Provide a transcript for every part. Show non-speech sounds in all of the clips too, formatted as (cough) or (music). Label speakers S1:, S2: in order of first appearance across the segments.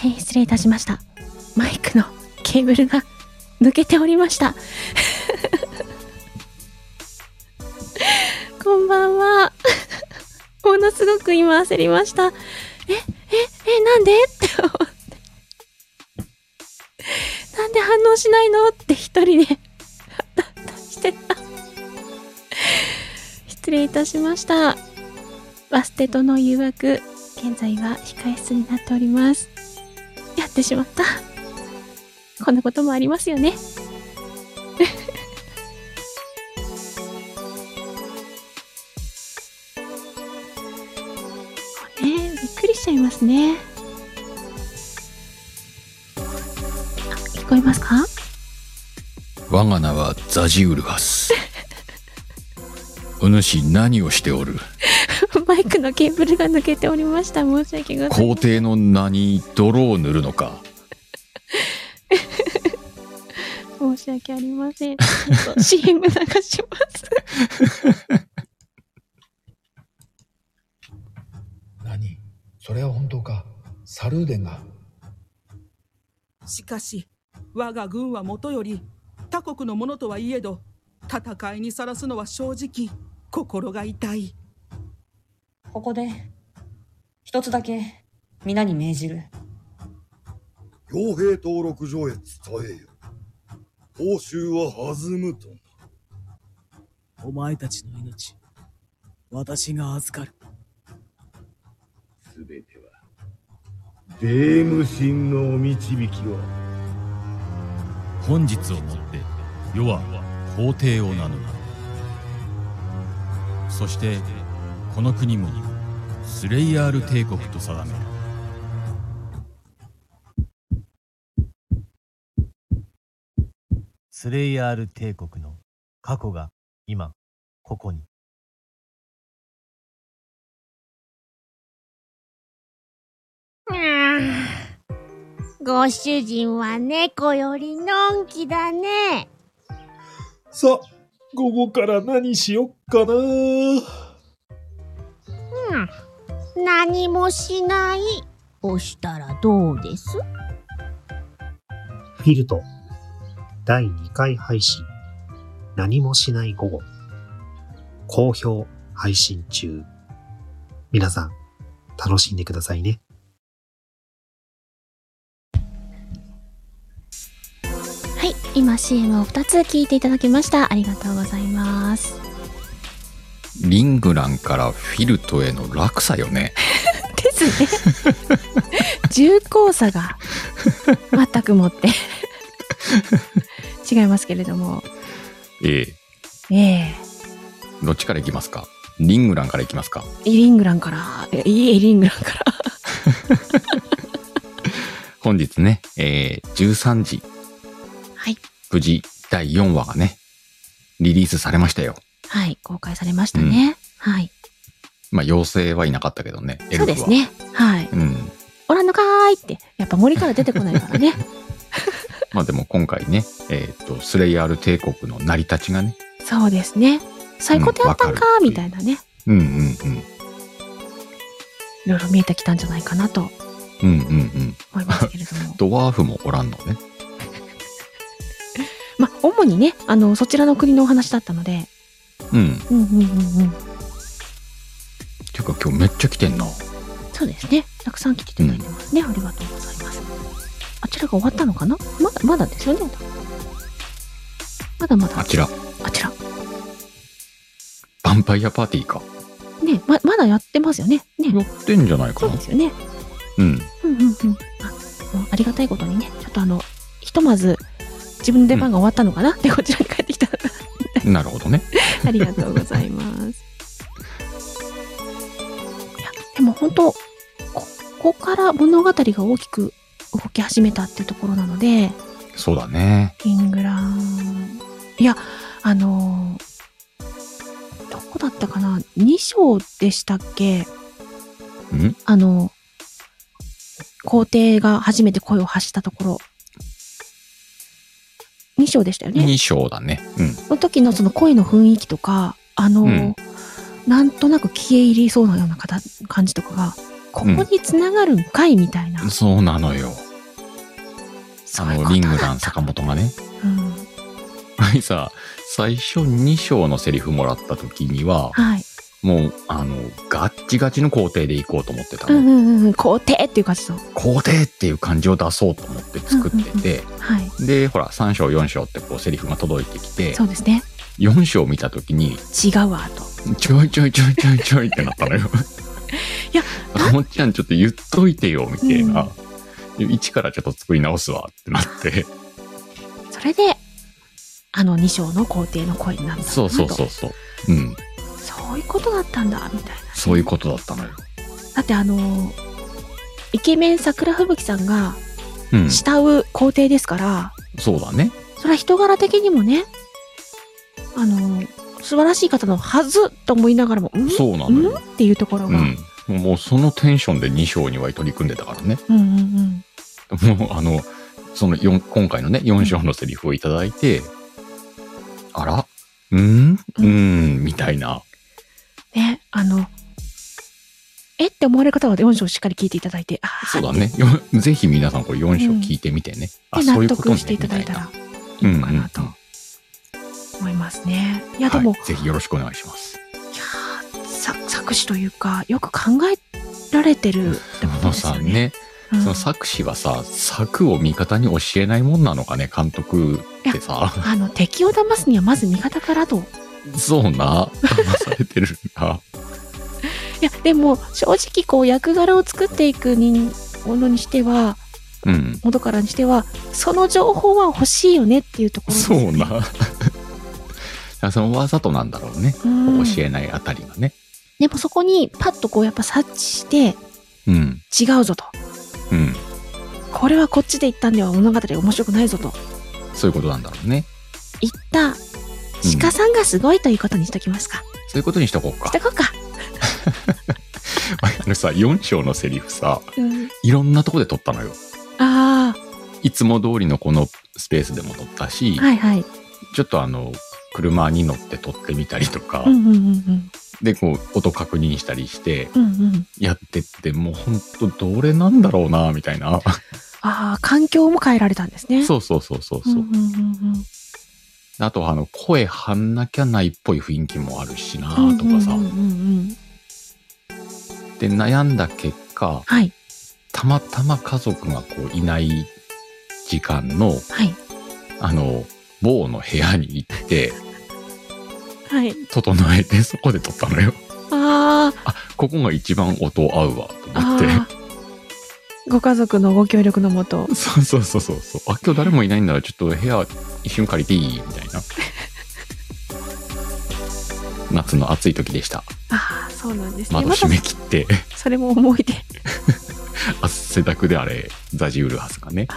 S1: 変失礼いたしましたマイクのケーブルが抜けておりました (laughs) こんばんはものすごく今焦りましたえええなんで (laughs) って思ってなんで反応しないのって一人でしてた失礼いたしましたバステとの誘惑現在は控え室になっておりますやってしまったこんなこともありますよね (laughs) ねびっくりしちゃいますねあ聞こえますか (laughs)
S2: 我が名はザジウルハスお主何をしておる
S1: マイクのケーブルが抜けておりました。申し訳ございま
S2: 皇
S1: せん。
S2: 帝の名に泥を塗るのか
S1: 申し訳ありません。ちょっと CM 流します。
S3: 何それは本当かサルーデンが
S4: しかし我が軍はもとより他国のものとはいえど戦いにさらすのは正直心が痛い
S5: ここで、一つだけ、皆に命じる。
S6: 傭兵登録所へ伝えよ。報酬は弾むと。
S7: お前たちの命、私が預かる。
S6: すべては、デーム神の導きを。
S8: 本日をもって世は皇帝を名乗るそしてこの国もスレイヤール帝国と定める
S9: スレイヤール帝国の過去が今、ここに。
S10: ご主人は猫よりのんきだね。
S11: さ、午後から何しよっかな
S10: うん。何もしない。押したらどうです
S12: フィルト第2回配信何もしない午後好評配信中皆さん楽しんでくださいね
S1: (laughs) はい、今 CM を2つ聞いていただきました。ありがとうございます。
S2: リングランからフィルトへの落差よね
S1: ですね。重厚さが全くもって違いますけれども。
S2: ええ
S1: ええ
S2: どっちからいきますかリングランからいきますか
S1: イリングランから、えいいイリングランから。
S2: 本日ね、えー、13時、
S1: はい。
S2: 無事第4話がね、リリースされましたよ。
S1: はい、公開されましたね。はい。
S2: まあ、妖精はいなかったけどね、エル
S1: そう
S2: フは。
S1: ですね。はい。
S2: うん。
S1: おらんのかーいって、やっぱ森から出てこないから (laughs) ね。
S2: まあでも今回ね、えっ、と、スレイヤール帝国の成り立ちがね、
S1: そうですね。最高であったんかーみたいなね。
S2: うんうんうん。
S1: いろいろ見えてきたんじゃないかなと
S2: うんうんうん。。
S1: 思いますけれども (laughs)
S2: ドワーフもおらんのね。
S1: まあ、主にね、あの、そちらの国のお話だったので。
S2: うん。
S1: うんうんうんうん。
S2: てか今日めっちゃ来てんな。
S1: そうですね。たくさん来ていただいてますね。ありがとうございます。あちらが終わったのかなまだ、まだですよね。まだまだ。
S2: あちら、
S1: あちら。
S2: ヴァンパイアパーティーか。
S1: ね、ま、まだやってますよね。ね。
S2: 来てんじゃないか
S1: そう
S2: な
S1: で。すよね。
S2: うん。
S1: うんうんうん。あ、もうありがたいことにね、ちょっとあの、ひとまず、自分の出番が終わったのかな、で、こちらに帰って
S2: (laughs)
S1: きたのが
S2: なるほどね。
S1: ありがとうございます。いや、でも本当こ、ここから物語が大きく動き始めたっていうところなので、
S2: そうだね。
S1: キングラン。いや、あのーどこだったかな ?2 章でしたっけ
S2: ん
S1: あの、皇帝が初めて声を発したところ。2章でしたよね。
S2: 二章だね。うん。
S1: の時のその声の雰囲気とか、あのー
S2: うん
S1: なんとなく消え入りそうなような形感じとかが、ここに繋がるんかいみたいな。
S2: そうなのよ。あの、リングラン坂本がね。
S1: うん
S2: あれさ、最初2章のセリフもらった時には、
S1: はい。
S2: もう、あの、ガッチガチの工程で行こうと思ってた
S1: う
S2: の。
S1: んうんうんうん。皇帝っていう感じそう。
S2: 工程っていう感じを出そうと思って作ってて、
S1: はい。
S2: で、ほら、3章、4章ってこうセリフが届いてきて、
S1: そうですね。
S2: 4章見た時に、
S1: 違うわと。
S2: ちょいちょいちょいちょいちょいってなったの (laughs) よ。い
S1: や、
S2: あもっちゃんちょっと言っといてよ、みたいな。一からちょっと作り直すわってなって。
S1: それで、あの2章の皇帝の声になったんだなと。
S2: (laughs) そうそうそうそう。うん。
S1: そういうことだったんだ、みたいな。
S2: そういうことだったのよ。
S1: だってあのーイケメン桜吹雪さんが
S2: うん。
S1: 慕う皇帝ですから、
S2: そうだね。
S1: それは人柄的にもね、あのー素晴らしい方のはずと思いながらも、ん
S2: そうなのよ
S1: んっていうところ
S2: う
S1: が。
S2: ん。もうそのテンションで2章には取り組んでたからね。 (laughs)
S1: うんうんうん。
S2: もうあの、その四今回のね、4章のセリフをいただいて、あらうーんうーん、みたいな。
S1: ね、あの、えって思われる方は4章しっかり聞いていただいて、あ
S2: そうだね。よぜひ皆さんこれ4章聞いてみてね。
S1: ー
S2: あ、
S1: って
S2: そうい
S1: 納
S2: うことね
S1: 得していただいたら
S2: うんうんうん。
S1: 思いますね。いや、でも、
S2: はいぜひよろしくお願いします。
S1: さ作詞というか、よく考えられてる。
S2: あのさね、
S1: うん
S2: その作詞はさ、作を味方に教えないもんなのかね、監督ってさ。
S1: あの、敵を騙すにはまず味方からと。
S2: (laughs) そうな、騙されてるな。
S1: いや、でも、正直、こう、役柄を作っていく人、ものにしては、
S2: うん。
S1: 元からにしては、その情報は欲しいよねっていうところです
S2: そうな。だから (laughs) そのわざとなんだろうね。
S1: うん
S2: 教えないあたりがね。
S1: でもそこに、パッとこう、やっぱ察知して、
S2: うん。
S1: 違うぞと。
S2: うん。
S1: これはこっちで言ったんでは物語面白くないぞと
S2: そういうことなんだろうね。
S1: 言った鹿さんがすごいということにしときますか。
S2: そういうことにしとこうか
S1: し。とこうか。
S2: (laughs) あのさ、4章のセリフさ、
S1: うん、
S2: いろんなとこで撮ったのよ。
S1: あ
S2: いつも通りのこのスペースでも撮ったし、
S1: あ、はいはい。
S2: ちょっとあの、車に乗って撮ってみたりとか、
S1: うんうんうん
S2: で、こう、音確認したりして、
S1: うん。うんうん。
S2: やってって、もうほんと、どれなんだろうな、みたいな。
S1: ああ、環境も変えられたんですね。
S2: そうそうそうそうそう。
S1: うんうんうんうん。
S2: あと、あの、声張んなきゃないっぽい雰囲気もあるしな、とかさ。
S1: うんうんうんうん。
S2: で、悩んだ結果、
S1: はい。
S2: たまたま家族がこういない時間の、
S1: はい。
S2: あの、某の部屋に行って、
S1: はい。
S2: 整えて、そこで撮ったのよ。
S1: ああ、
S2: ここが一番音合うわ、と思って。
S1: ああ。ご家族のご協力のもと。
S2: (laughs) そうそうそうそうそう。あ、今日誰もいないんなら、ちょっと部屋一瞬借りていいみたいな。 (laughs) 夏の暑い時でした。
S1: ああ、そうなんですね。
S2: 窓
S1: また
S2: 閉め切って、
S1: それも思い出。
S2: 汗だくであれ、ザジウルハスがね、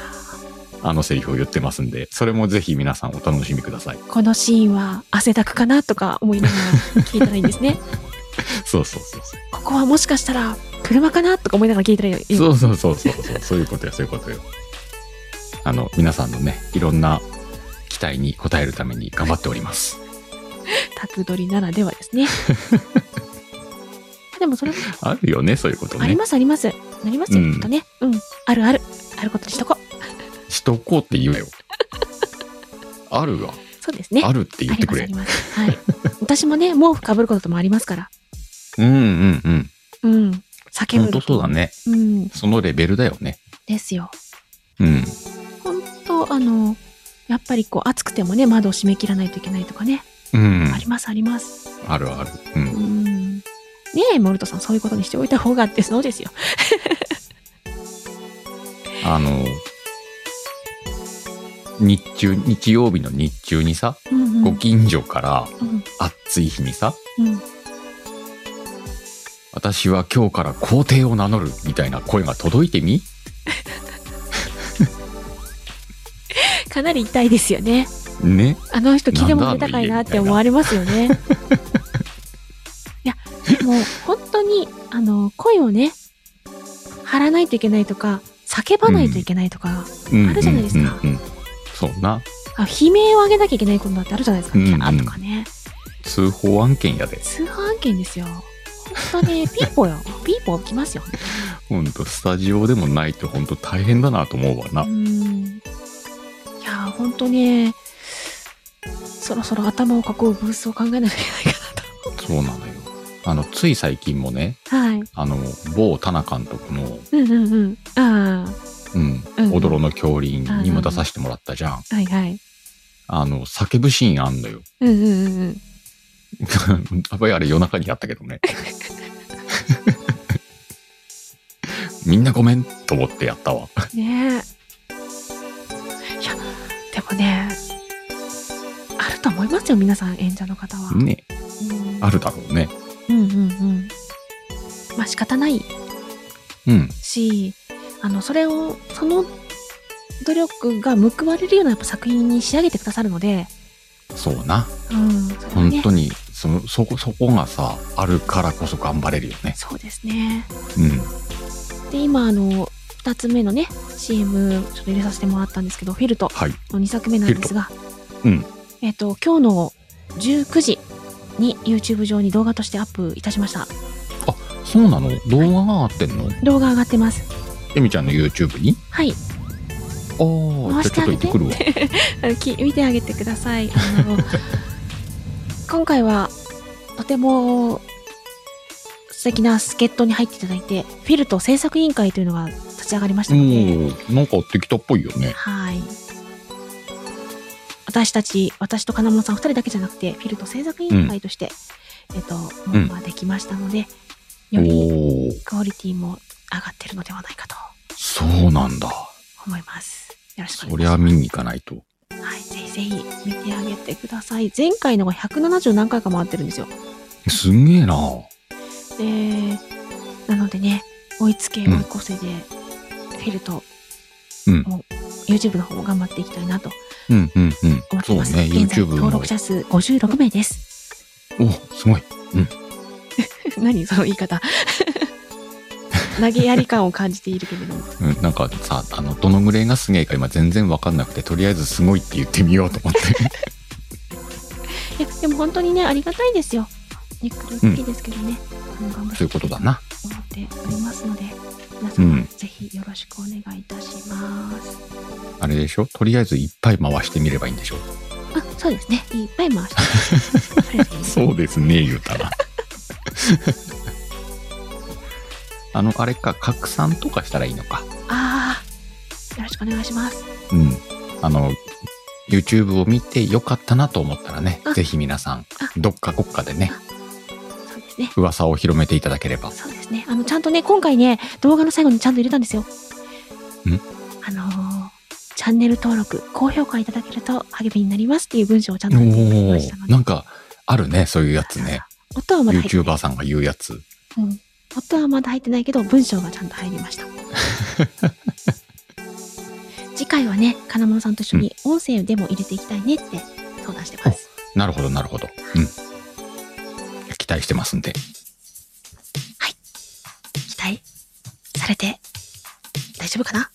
S2: あのセリフを言ってますんで、それもぜひ皆さんお楽しみください。
S1: このシーンは汗だくかなとか思いながら聞いたらいいんです
S2: (laughs)
S1: ね。
S2: そうそうそうそう。
S1: ここはもしかしたら車かなとか思いながら聞いたらいい。
S2: そうそうそうそうそう、そういうことよ、そういうことよ。あの、皆さんのね、いろんな期待に応えるために頑張っております。
S1: 宅撮りならでは
S2: (laughs)
S1: ですね。でもそれも
S2: あるよね、そういうこと
S1: あり
S2: ね
S1: ま。すあります。なりますよ、
S2: うん
S1: きっとね。うん。あるある。あることにしとこう。
S2: しとこうっ
S1: (laughs)
S2: て言えよ。あるわ。
S1: そうですね。
S2: あるって言ってく
S1: あ
S2: れ
S1: り。ますありますはい。私もね、毛布かぶることもありますから。
S2: うんうんうん。
S1: うん。叫ぶ。
S2: 本当そうだね。
S1: うん。
S2: そのレベルだよね。
S1: ですよ。
S2: うん。
S1: 本当あの、やっぱりこう暑くてもね、窓を閉め切らないといけないとかね。
S2: うん
S1: あ。りますあります。
S2: あるある。うん
S1: う。ん。ねえ、モルトさん、そういうことにしておいた方がってそうですよ。
S2: あの、日中、日曜日の日中にさ、
S1: うんうん
S2: ご近所から
S1: うん
S2: 暑い日にさ、
S1: うん。
S2: 私は今日から皇帝を名乗るみたいな声が届いてみ
S1: かなり痛いですよね。
S2: ね。
S1: あの人来てもらいたかいなって思われますよね。いや、もう本当に、あの、声をね、張らないといけないとか、叫ばないといけないとか、
S2: うん
S1: あるじゃないですか
S2: うんうんうんそうな。
S1: あ悲鳴を上げなきゃいけないことだってあるじゃないですか。
S2: うんうん
S1: キャーとかね。
S2: 通報案件やで。
S1: 通販案件ですよ。本当ね、ピーポよ。ピーポ来ますよ。
S2: ほんと、スタジオでもないと本当大変だなと思うわな。
S1: うん。いやー、本当ね、そろそろ頭を囲うブースを考えなきゃいけないか
S2: そうなのよ。あの、つい最近もね、
S1: ら。はい。
S2: あの、某田中監督の、
S1: うんうんうん。ああ
S2: うん、
S1: うん
S2: 踊ろの恐輪にも出させてもらったじゃん。。
S1: はいはい。
S2: あの、叫ぶシーンあんのよ。 (laughs)
S1: うんうんうんうん。
S2: やっぱりあれ夜中にやった
S1: (laughs)
S2: けどね。 (laughs) みんなごめんと思ってやったわ。
S1: ねえ。いや、でもね、あると思いますよ、皆さん、演者の方は。
S2: ね
S1: うん
S2: あるだろうね。
S1: うんうんうん。まあ仕方ない
S2: うん。
S1: し、あの、それを、その努力が報われるようなやっぱ作品に仕上げてくださるので、
S2: そうな。
S1: うん、それはね
S2: 本当に、その、そこ、そこがさ、あるからこそ頑張れるよね。
S1: そうですね。
S2: うん。
S1: で、今、あの、2つ目のね、CM、ちょっと入れさせてもらったんですけど、フィルト
S2: はい。
S1: の2作目なんですが、
S2: うん。
S1: えっと、今日の19時に YouTube 上に動画としてアップいたしました。
S2: そうなの動画があってんの
S1: 動画上がってます。
S2: エミちゃんの YouTube に
S1: はい。
S2: ああ、
S1: 回
S2: じゃあ
S1: し
S2: ち
S1: て
S2: ょっ
S1: あ
S2: と
S1: げ
S2: 行って
S1: て
S2: くるわ。
S1: き見てあげてください。あの (laughs) 今回はとても素敵な助っ人に入っていただいて、フィルト制作委員会というのが立ち上がりました (laughs)
S2: う
S1: ので、
S2: ん。なんかできたっぽいよね。
S1: はい。私たち、私と金物さん2人だけじゃなくて、フィルト制作委員会として、えっと、ものができましたので、よ
S2: おお
S1: りクオリティも上がってるのではないかと
S2: そうなんだ。
S1: 思います。よろしくお願いします。
S2: そりゃ見に行かないと。
S1: はい、ぜひぜひ見てあげてください。前回のが170何回か回ってるんですよ。
S2: すんげえな。
S1: で、なのでね、追いつけ追い越せで、フィルト、
S2: うん。
S1: YouTube の方も頑張っていきたいなと
S2: うんうんうん
S1: 思っ。て
S2: そう
S1: い
S2: ね
S1: ます。、現在
S2: YouTube
S1: 登
S2: の
S1: 録。者数56名です。
S2: お、すごい。うん。
S1: 何その言い方。投げやり感を感じているけれども。
S2: うん、なんかさあのどのぐらいがすげえか今全然わかんなくてとりあえずすごいって言ってみようと
S1: (laughs)
S2: 思って
S1: (laughs) いや、でも本当にね、ありがたいですよ。ネックル好きですけどね。うん、頑張って
S2: そういうことだな
S1: 思っておりますので、皆
S2: う
S1: さん、
S2: ん
S1: ぜひよろしくお願いいたします。
S2: あれでしょとりあえずいっぱい回してみればいいんでしょ
S1: あ、そうですね。いっぱい回して。 (laughs) とりあえず
S2: そうですね言うたら (laughs) あのあれか拡散とかしたらいいのか
S1: ああ、よろしくお願いします。
S2: うんあの YouTube を見てよかったなと思ったらね
S1: あ
S2: ぜひ皆さんどっかこっかでね
S1: そうですね。
S2: 噂を広めていただければん
S1: そうですね。あの、ちゃんとね、今回ね、動画の最後にちゃんと入れたんですよ。あのーチャンネル登録、高評価いただけると励みになりますっていう文章をちゃんと入れていただき
S2: お
S1: ま
S2: お
S1: したので、
S2: なんかあるねそういうやつね
S1: 音はまだ入ってない。
S2: YouTuber さんが言うやつ
S1: うん。音はまだ入ってないけど、文章がちゃんと入りま
S2: (laughs)
S1: した。次回はね、金物さんと一緒に音声でも入れていきたいねって相談してます。
S2: なるほど、なるほど。うん。期待してますんで。
S1: 期待されて、大丈夫かな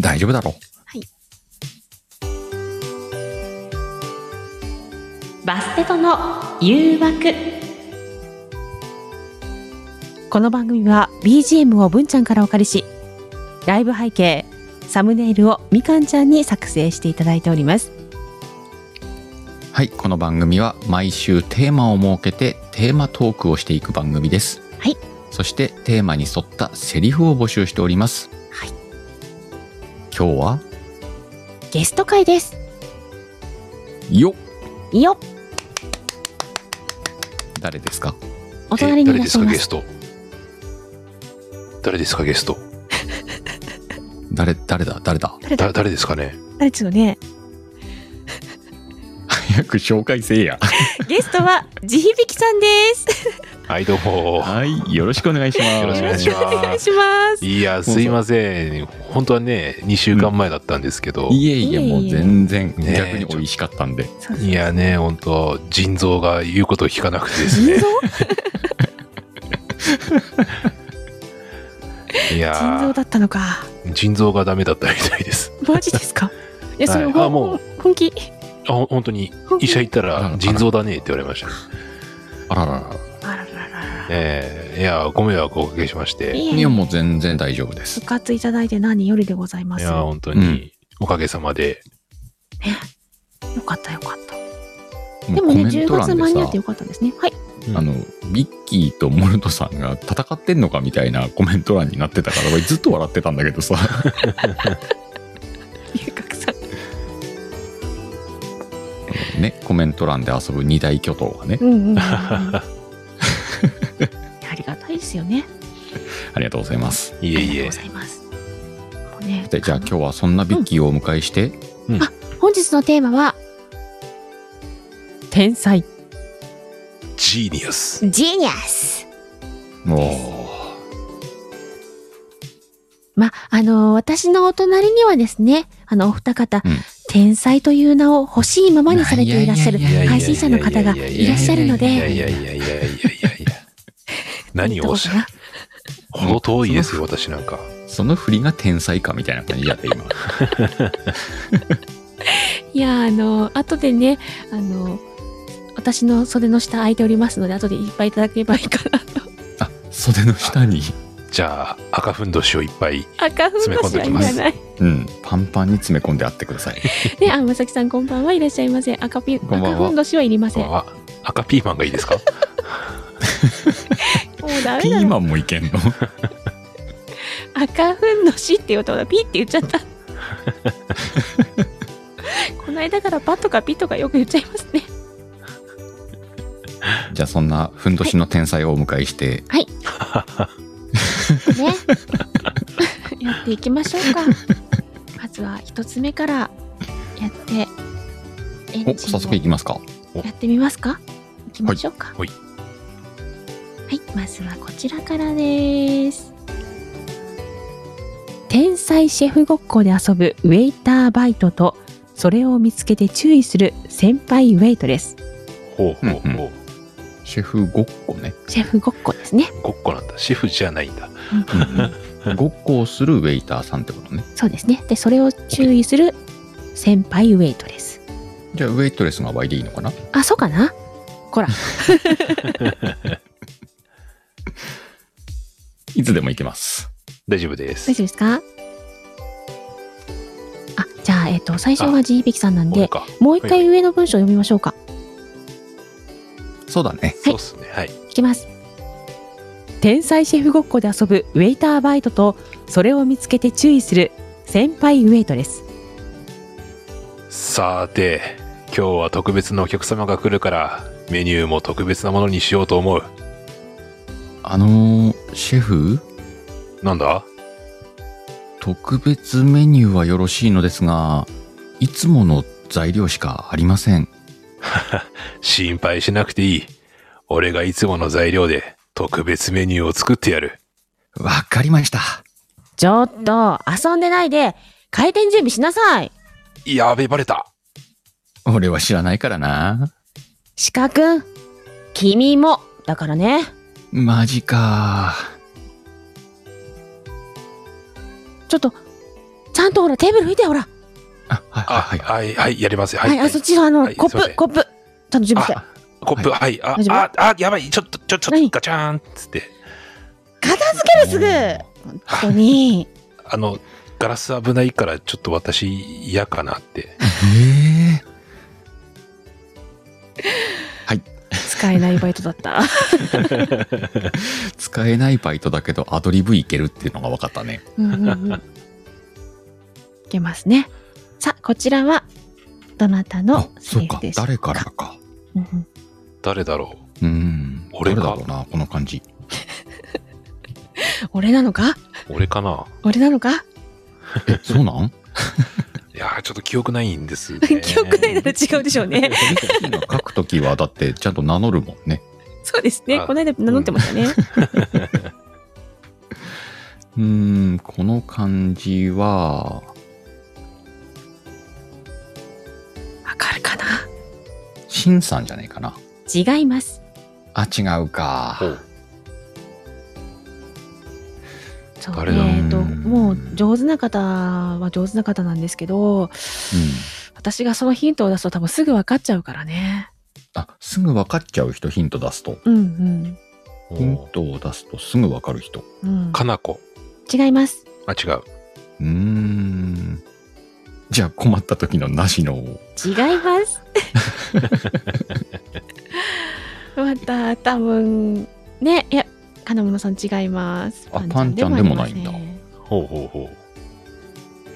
S2: 大丈夫だろ
S1: バステとの誘惑この番組は BGM を文ちゃんからお借りしライブ背景サムネイルをみかんちゃんに作成していただいております
S2: う。はい、この番組は毎週テーマを設けてテーマトークをしていく番組です。
S1: はい。
S2: そしてテーマに沿ったセリフを募集しております。今日は、
S1: ゲスト会です
S2: よ
S1: いいよ
S2: 誰ですか
S1: お隣にいらっしゃいます
S2: ト誰ですか、ゲスト誰、誰だ、誰だ
S1: 誰だだ
S2: 誰ですかね
S1: 誰ですよね
S2: 早く紹介せえや。
S1: ゲストは地響きさんです
S13: はい、どうも。
S2: はい、よろしくお願いします。
S13: よろしくお願いし
S1: お願
S13: ま
S1: いし
S13: す。
S1: ます
S13: いや、すいません。本当はね、2週間前だったんですけど。
S2: いえいえ、もう全然、
S13: ね
S2: 逆に美味しかったんで。
S13: いやね、本当腎臓が言うことを聞かなくてですね。
S1: 腎臓
S13: いや
S1: だったのか
S13: ー、腎臓がダメだったみたいです。
S1: マジですかいやそれ、
S13: はい
S1: ほん
S13: あもう
S1: 本気
S13: あ、ほん本当に、医者行ったら、腎臓だねって言われました。
S2: あらららら。
S13: ええいや、ご迷惑をおかけしまして。
S1: いえいえいやも
S2: う全然大丈夫で
S1: 復活いただいて何よりでございま
S13: い
S1: す。
S13: や、本当に、おかげさまで。
S1: よかったよかった。
S2: も
S1: で
S2: う
S1: もね、
S2: コメン
S1: 10
S2: ト欄で
S1: 月
S2: さ
S1: 間に合ってよかったですね。はい。
S2: あの、ビッキーとモルトさんが戦ってんのかみたいなコメント欄になってたから、俺ずっと笑ってたんだけどさ。 (laughs) ね、コメント欄で遊ぶ二大巨頭がね。
S1: うんうんうんうん
S2: あ
S1: ありがたいですよね。
S2: りがとうございます。
S13: いえいえ。
S1: もうね、
S2: でじゃあ今日はそんなビッキーをお迎えして、
S1: あ、本日のテーマは、天才。
S13: ジーニアス。
S10: ジーニアス。
S2: お
S1: ま、あのー私のお隣にはですね、あの、お二方、天才という名を欲しいままにされていらっしゃる配信者の方がいらっしゃるの
S13: いやい
S1: で、
S13: やいやいやいやいやいやい
S1: (laughs)
S13: や。何をおっしゃる。ほど遠いですよ、私なんか。
S2: その振りが天才かみたいな感じだった、 (laughs) 今。
S1: いや、あのー後でね、あのー私の袖の下空いておりますので、後でいっぱいいただければいい
S2: (laughs)
S1: かな。
S2: 袖の下に。
S13: じゃあ、赤ふんどしをいっぱい。
S1: 赤ふんどしはいらない。
S2: うん、パンパンに詰め込んであってください。
S1: ね、あ、まさきさんこんばんはいらっしゃいませ。赤ピン、
S2: こんばんは
S1: 赤ふんどしはいりません。も
S13: あ、赤ピーマンがいいですか
S1: うダメ
S2: ピ
S1: だ
S2: ー
S1: ろ。
S2: マンもいけんの
S1: 赤ふんどしって言うと、ピーって言っちゃっ
S2: (laughs)
S1: た。この間からパとかピとかよく言っちゃいますね。
S2: じゃあそんなふんどしの天才をお迎えして、
S1: はい。ね。 (laughs) やっていきましょう
S2: (laughs)
S1: か。まずは一つ目からやって、エンジ
S2: お
S1: ン
S2: 早
S1: を
S2: 速いきますか
S1: やってみますかいきましょうか。
S2: はい
S1: はい、まずはこちらからです。天才シェフごっこで遊ぶウェイターバイトと、それを見つけて注意する先輩ウェイトです。
S13: ほうほうほう。
S2: シェフごっこね。
S1: シェフごっこですね。
S13: ごっこなんだ。シェフじゃないんだ。
S2: ごっこをするウェイターさんってことね
S1: そうですね。で、それを注意する先輩ウェイトです。
S2: じゃあウェイトレスが湧いていいのかな
S1: あ、そうかなこら。
S2: いつでもいけます
S13: 大丈夫です
S1: 大丈夫ですかあ、じゃあ、えっ、と、最初が G ビキさんなんで、もう一
S13: は
S1: 回上の文章を読みましょうか。
S2: そうだね
S13: そうっすねはい
S1: いきます。天才シェフごっこで遊ぶウェイターバイトと、それを見つけて注意する先輩ウェイトです。
S13: さて今日は特別なお客様が来るからメニューも特別なものにしようと思う
S2: あのーシェフ
S13: なんだ
S2: 特別メニューはよろしいのですがいつもの材料しかありません
S13: 心配しなくていい俺がいつもの材料で特別メニューを作ってやる
S2: わかりました
S1: ちょっと、遊んでないで、開店準備しなさい。
S13: やべバレた
S2: 俺は知らないからな
S1: 鹿くん、君も、だからね。
S2: マジか
S1: ちょっと、ちゃんとほら、テーブル拭いて、ほら。
S13: はいはいはいやりますはい、
S1: はい、あ、そっちのあの、
S13: はい
S1: コ
S13: すいませ
S1: ップ、
S13: ん
S1: コップ、ちゃんと準備して。
S13: コップはい、
S1: 大丈夫
S13: あああやばいちょっとちょちょっとガチャーンっつって
S1: 片付けるすぐ本当に。
S13: あのガラス危ないからちょっと私嫌かなって
S1: 使えないバイトだ
S13: (laughs)
S1: った。
S2: 使えないバイトだけどアドリブいけるっていうのが分かったね
S1: うんうんうん。いけますね。さあ、こちらは、どなたのセリフでしょうか。
S2: 誰からか
S1: うんうん
S13: 誰だろ
S2: ううん
S13: 俺か
S2: 誰だろうなこの感じ
S1: 俺なのか
S13: 俺かな
S1: 俺なのか
S2: えそうなん (laughs)
S13: いやーちょっと記憶ないんです、ね、
S1: (laughs) 記憶ないなら違うでしょう
S2: (laughs)
S1: ね。
S2: 書くときはだってちゃんと名乗るもんね
S1: そうですね。この間名乗ってましたね。
S2: うーん、この感じは、
S1: わかるかな
S2: シンさんじゃないかな。
S1: 違います。
S2: あ、違うか。
S1: そう
S2: 誰だろう
S1: えっ、と、もう上手な方は上手な方なんですけど、私がそのヒントを出すと多分すぐ分かっちゃうからね。
S2: あ、すぐ分かっちゃう人ヒント出すと。
S1: うん
S2: ヒントを出すとすぐ分かる人。
S1: うん。うん。
S13: かなこ。
S1: 違います。
S13: あ、違う。
S2: うーん。じゃあ困った時のなしのを。
S1: 違い
S2: (laughs)
S1: ます。また、多分、ね、いや、金物さん違います。
S2: あ、パンちゃんでもないんだ。
S1: もありま
S2: ほうほうほ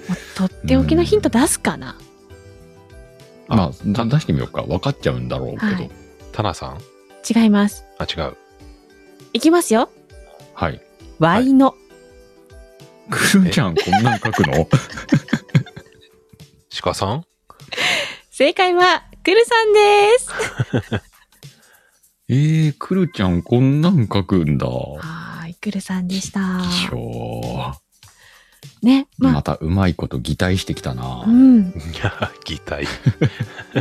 S1: せん。とっておきのヒント出すかな
S2: う。まあ、だ出してみようか。分かっちゃうんだろうけど。
S1: はい
S13: タナさん
S1: 違います。
S13: あ、違う。
S1: いきますよ。
S2: はい。
S1: ワイの。
S2: くるんちゃん、こんなん書く (laughs) の
S13: 鹿さん
S1: 正解は、くるさんです。
S2: えー、くるちゃん、こんなん書くんだ。
S1: はい、くるさんでした。
S2: 今日
S1: ね、ま
S2: またうまいこと擬態してきたな
S1: あ、う。ん。
S13: いや、擬態。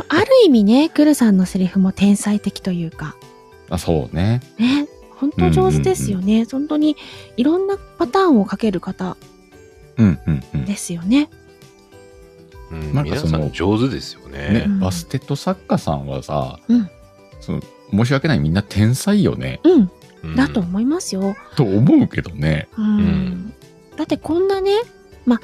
S1: ある意味ね、 (laughs) くるさんのセリフも天才的というか、
S2: あ、そうね。
S1: ね、本当上手ですよね。本当にいろんなパターンをかける方
S2: うんうんうん。
S1: ですよね。
S13: うん
S2: なんか
S13: 皆
S2: その
S13: さん上手ですよね
S2: ね。、バステット作家さんはさ、
S1: うん
S2: その申し訳ないみんな天才よね、
S1: うん、だと思いますよ。
S2: と思うけどね。
S1: うんだってこんなね、まあ、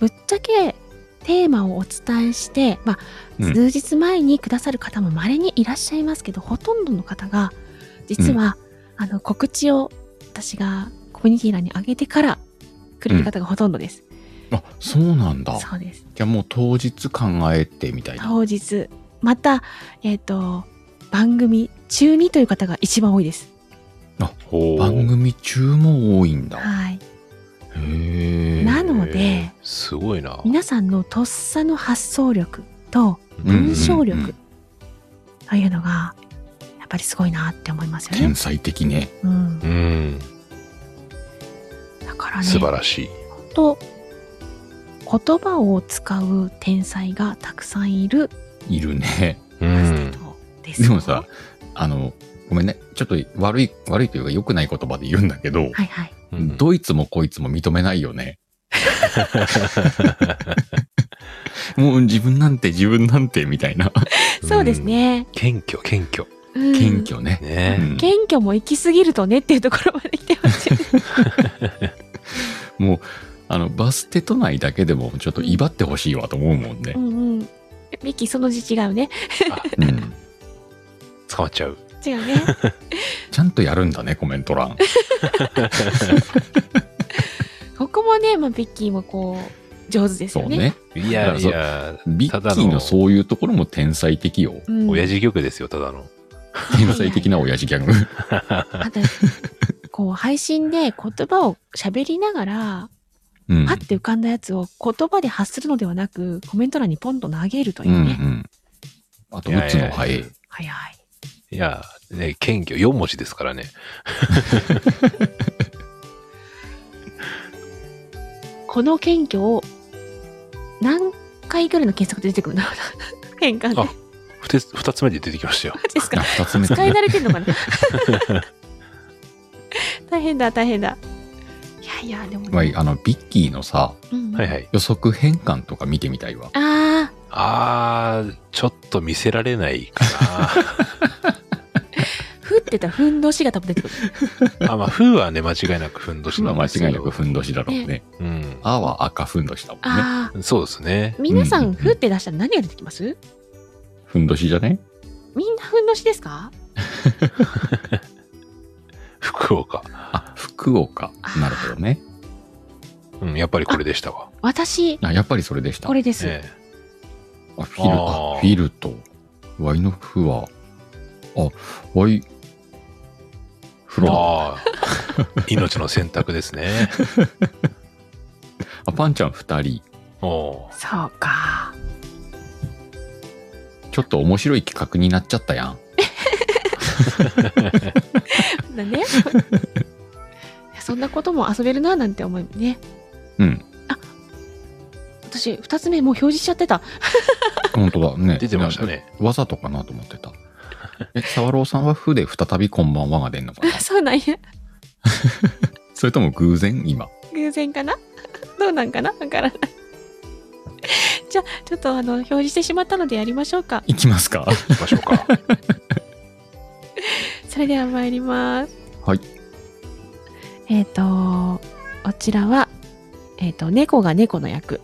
S1: ぶっちゃけテーマをお伝えして、まあ、
S2: うん
S1: 数日前にくださる方も稀にいらっしゃいますけど、ほとんどの方が、実は、あの、告知を私がコミュニティ欄に上げてから来る方がほとんどです。
S2: あそうなんだ。
S1: そうです。
S2: じゃあもう当日考えてみたいな。
S1: 当日、また、えっ、と、番組中にという方が一番多いです。
S2: あ番組中も多いんだ。
S1: はい。
S2: へえ。
S1: なので、
S13: すごいな。
S1: 皆さんのとっさの発想力と文章
S2: うんうんう
S1: 力というのがやっぱりすごいなって思いますよね
S2: 天。才的ね。
S1: うん、
S13: うん。
S1: だからね
S13: 素晴らしい。
S1: と言葉を使う天才がたくさんいる
S2: いるね。
S13: うん。
S1: です
S2: で
S1: よ
S2: もさ、あの、ごめんね。ちょっと悪い、悪いというか良くない言葉で言うんだけど、
S1: はいはい。
S2: どいつもこいつも認めないよね。 (laughs) もう自分なんて自分なんてみたいな。
S1: そうですね。
S13: 謙虚、謙虚。
S1: うん
S2: 謙虚ね。
S13: ね
S1: 謙虚も行き過ぎるとねっていうところまで来て
S2: (laughs)
S1: ますよね。
S2: もう、あの、バステ都内だけでもちょっと威張ってほしいわと思うもんね
S1: う。んうん。ミキその字違うね。
S2: うん。
S13: 捕まっちゃう。
S1: 違
S2: (laughs)
S1: うね。
S2: ちゃんとやるんだね、コメント (laughs) 欄。
S1: ここもね、まあ、ビッキーもこう上手です
S2: そ
S1: よ
S2: う
S1: ね。
S2: ね。
S13: いやい
S2: だから
S13: や、
S2: そうビッキーのそういうところも天才的 (laughs) よ。
S1: うん
S13: 親父ギャグですよ、ただの。
S2: 天才的な親父ギャグ。
S1: (laughs) あと、こう、配信で言葉を喋りながら、
S2: うん (laughs)
S1: パッて浮かんだやつを言葉で発するのではなく、コメント欄にポンと投げるといううん
S2: う
S1: ね。
S2: ん。あと、打つの早い。
S1: 早い。
S13: いや、ね、謙虚、4文字ですからね。
S1: この謙虚を、何回ぐらいの検 (laughs) 索で出てくるんだろうな。変換で。
S13: あふて二つ目で出てきま
S2: (laughs)
S13: したよ。
S1: ですか
S2: あ二つ目
S1: 使い慣れてんのかな大変だ、大変だ。いやいや、でも、
S2: まあ、あの、ビッキーのさ、
S1: うん
S13: はいはい。
S2: 予測変換とか見てみたいわ。
S1: あ
S13: あー、ちょっと見せられないか
S1: ー、ふってたらふんどしが多分出てくる。
S13: な。あ、まあ、風はね、間違いなくふんどし
S2: ま
S13: な
S2: あ
S13: ん
S2: 間
S13: ですけど
S2: 違いなくふんどしだろうね。
S13: うん。
S2: あは赤ふんどしだもんね。
S1: あ
S13: そうですね
S1: ー、。皆さ、
S2: うん
S1: ふって出したら何が出てきます
S2: ふんどしじゃね
S1: みんなふんどしですか
S13: 福岡。
S2: あ、福岡。なるほどね。
S13: うん、やっぱりこれでしたわ。
S1: 私、
S2: あ、やっぱりそれでした。
S1: これです。
S13: え
S2: あ、フィル、
S13: あ
S2: あ、
S13: ー
S2: フィルと、ワイのフは、あ、ワイ、フ
S13: え。
S2: ロ
S13: ああ、命の選択ですね。
S2: (laughs) ア。あ、パンちゃん二人、
S13: おー
S1: そうか。
S2: ちょっと面白い企画になっちゃったやん。
S1: だね。 (laughs) いやそんなことも遊べるななんて思うね。
S2: うん。
S1: 私、二つ目もう表示しちゃってた。 (laughs)
S2: 本
S13: (laughs)
S2: 当だね。
S13: 出てましたね。
S2: わざとかなと思ってた。え、沢朗さんはフで再びこんばんはが出んのかな
S1: そうなんや。
S2: それとも偶然今。
S1: (laughs) 偶然かなどうなんかなわからない。 (laughs) じゃあちょっとあの表示してしまったのでやりましょうか
S2: いきますか。行きましょうか。 (laughs)
S1: それでは参ります
S2: はい。
S1: えっ、とこちらはえっ、と猫が猫の役、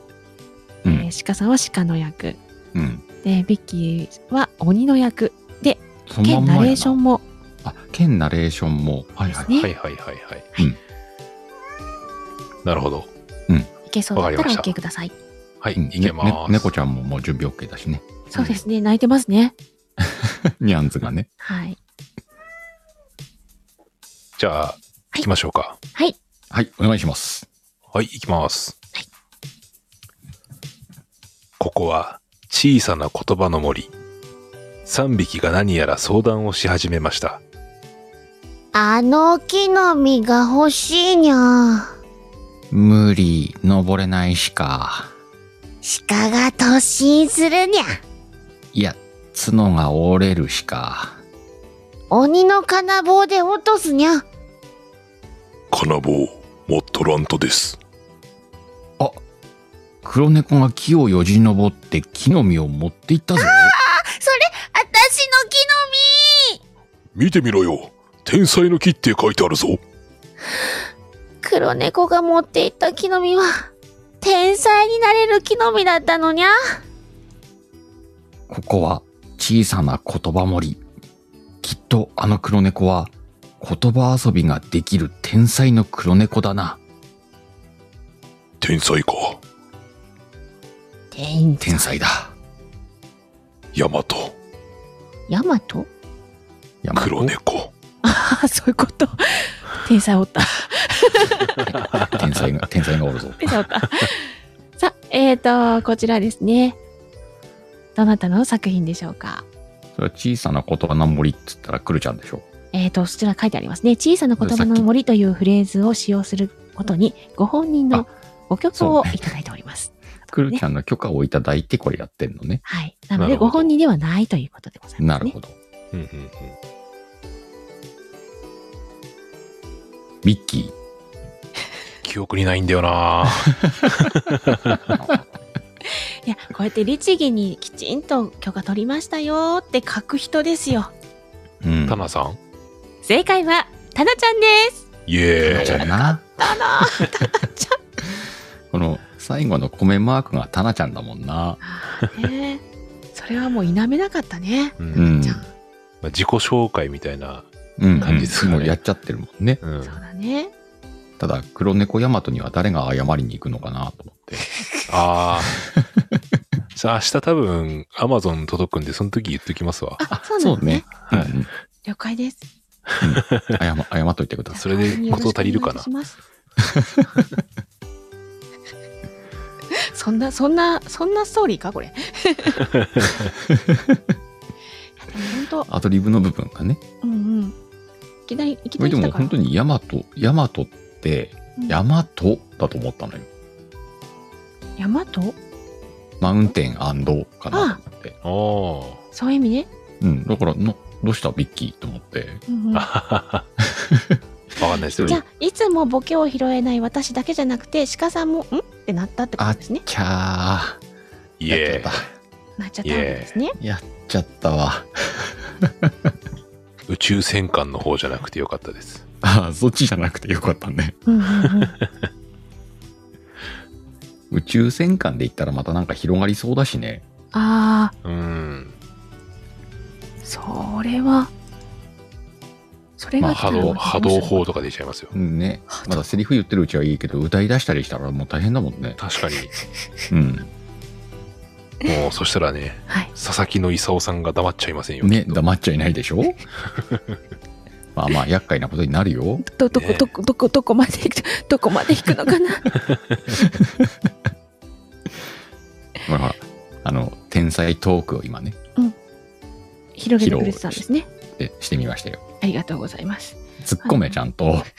S1: えー鹿さんは鹿の役
S2: うん。
S1: でビッキーは鬼の役で
S2: そのま
S1: 県
S2: んまやな
S1: ナレーションも
S2: あ、県ナレーションも。はいはい
S1: ねはい
S13: はいはいはい。
S2: うん。
S13: なるほど。
S1: いけそうだった
S2: わからりました
S1: OK ください
S13: はい、
S2: いけます、ねね猫ちゃんももう準備 OK だしね。 (laughs)
S1: そうですね泣いてますね
S2: ニャンズがね。
S1: はい
S13: じゃあ、行きましょうか。
S1: はい
S2: はい、お願いします。
S13: はい、行きます。ここは小さな言葉の森。3匹が何やら相談をし始めました。
S10: あの木の実が欲しいにゃ。
S2: 無理、登れないしか。
S10: 鹿が突進するにゃ。
S2: いや、角が折れるしか。
S10: 鬼の金棒で落とすにゃ。
S14: 金棒、モットラントです。
S2: 黒猫が木をよじ登って木の実を持っていったぞ。
S10: あ、それ、あたしの木の
S14: 見てみろよ。天才の木って書いてあるぞ。
S10: 実黒猫が持っていった木の実は、 (laughs) 天才になれる木の実だったのにゃ。
S2: ここは小さな言葉森。きっとあの黒猫は言葉遊びができる天才の黒猫だな。
S14: 天才か。
S10: 天
S2: 天才だ。
S14: ヤマト。
S10: ヤマト
S14: 黒猫。
S1: ああそういうこと (laughs) 天才お
S10: (laughs)
S1: った
S2: 天才が、天才がおるぞ。
S1: 天才おった (laughs) さあえっ、とこちらですねどなたの作品でしょうか
S2: それは小さな言葉の森っつったらクルちゃんでしょ。
S1: えー、とそちら書いてありますね「小さな言葉の森」というフレーズを使用することにご本人のご許可をいただいております。
S2: クルちゃんの許可をいただいてこれやってんのね。
S1: はい。なの
S2: なる
S1: で
S2: ほど
S1: ご本人ではないということでございます。
S2: なるほど。ビッキー。
S13: 記憶にないんだよな
S1: いやこうやって律儀にきちんと許可取りましたよーって書く人ですよ。
S13: タナさん
S1: 正解はタナちゃんです。
S13: イエーイ。
S2: じゃあな。
S1: タナ
S2: (laughs) この最後の米マークがタナちゃんだもんな。
S1: ねそれはもう否めなかったね。
S2: うん。
S13: まあ自己紹介みたいな
S2: うん。
S13: 感じですかね
S2: もうやっちゃってるもんね。
S1: だね。
S2: ただ、黒猫ヤマトには誰が謝りに行くのかなと思って。
S13: ああ。 (laughs) さあ、明日多分、アマゾン届くんで、その時言っときますわ。
S1: あ、そうなのね。
S13: はい。
S1: 了解です。
S2: 謝、謝っといてください。
S13: それで、こと足りるか
S1: お願い
S13: な
S1: し。ます。そんなそんなそんなストーリーかこれ。本
S2: アドリブの部分がね。
S1: 当うんうん。いきなりいき
S2: こ
S1: な
S2: れ
S1: り
S2: で
S1: 来たか
S2: も
S1: ら
S2: 本。当にヤマト、ヤマトって
S1: うん、
S2: ヤマトだと思ったのよ。
S1: ヤマト？
S2: マウンテンかなと思
S1: あ
S2: って。
S13: あ
S1: そういう意味ね。
S2: うん。だから、のどうしたビッキーと思って。
S1: うんうん
S13: (laughs) わかんないですよ
S1: じゃあいつもボケを拾えない私だけじゃなくて鹿さんもんってなったってことですね。
S2: キャー。
S13: イエー
S1: なっちゃったわけですね。
S2: イ。やっちゃったわ。
S13: 宇宙戦艦の方じゃなくてよかったです。
S2: ああ、そっちじゃなくてよかったね。
S1: うんうんうん。
S2: 宇宙戦艦で言ったらまたなんか広がりそうだしね。
S1: ああ
S13: うん。
S1: それはそれ
S2: ま
S1: が
S2: あ
S1: 来た
S2: 波
S1: ら
S2: 動、
S1: また面白
S2: 波動
S1: い
S2: 砲
S13: とかでいっちゃいますよ。
S2: ね。まだセリフ言ってるうちはいいけど、歌い出したりしたらもう大変だもん
S13: (laughs)
S2: ね。
S13: 確かに。
S2: うん。
S13: もう、そしたらね、佐々木の勲さんが黙っちゃいませんよ。
S2: ね、黙っちゃいないでしょまあまあ、厄介なことになるよ。
S1: どどこどこどこどこまで行くどこまで行くのか
S2: (laughs)
S1: な。
S2: ほらほら、あの、天才トークを今ね、
S1: 広げてくれてたんですね。
S2: でしてみましたよ。
S1: ありがとうございます。
S2: 突っ込め、ちゃんと。 (laughs)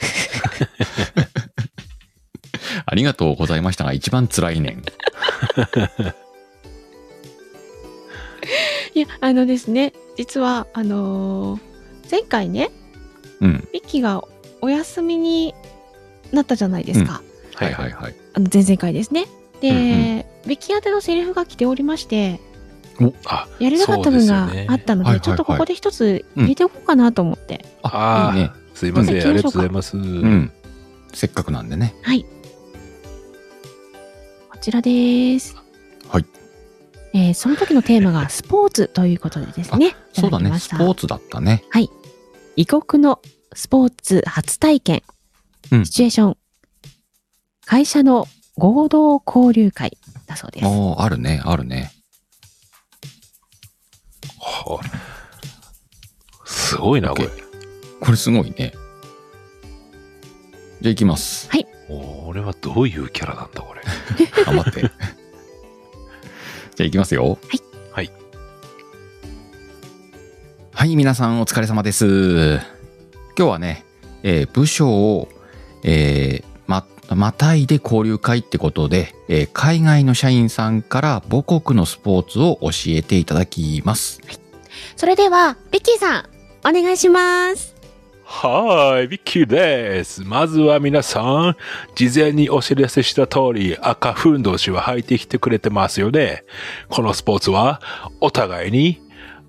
S2: ありがとうございましたが、一番辛いねん。
S1: いやあのですね実はあのー前回ね
S2: うん。
S1: ミッキーがお休みになったじゃないですか、
S2: はいはいはい。
S1: あの前々回ですねで、べき当てのセリフが来ておりまして、
S13: あ
S1: やれなかった分があったので、ちょっとここで一つ入れておこうかなと思って。
S13: ああ、
S2: いいね
S13: すいません、
S1: うん
S13: ありがとうございます。
S2: うん。せっかくなんでね。
S1: はい。こちらです。
S2: はい。
S1: えーその時のテーマがスポーツということでですね。
S2: そうだ
S1: いたき
S2: ね。
S1: まし
S2: ス
S1: た
S2: ポーツだったね。
S1: はい。異国のスポーツ初体験。
S2: うん
S1: シチュエーション。会社の合同交流会だそうです。
S2: おーあるね、あるね。
S13: はすごいな、これ。
S2: これすごいね。じゃあ行きます。
S1: はい。
S13: 俺はどういうキャラなんだ、これ。
S2: 頑張って。じゃあ行きますよ。
S13: はい。はい。
S2: はい、皆さんお疲れ様です。今日はね、えー部署を、えーま、またいで交流会ってことで、えー海外の社員さんから母国のスポーツを教えていただきます。
S10: それでは、ビッキーさん、お願いします。
S13: はーい、ビッキーです。まずは皆さん、事前にお知らせした通り、赤ふんどしは履いてきてくれてますよね。このスポーツは、お互いに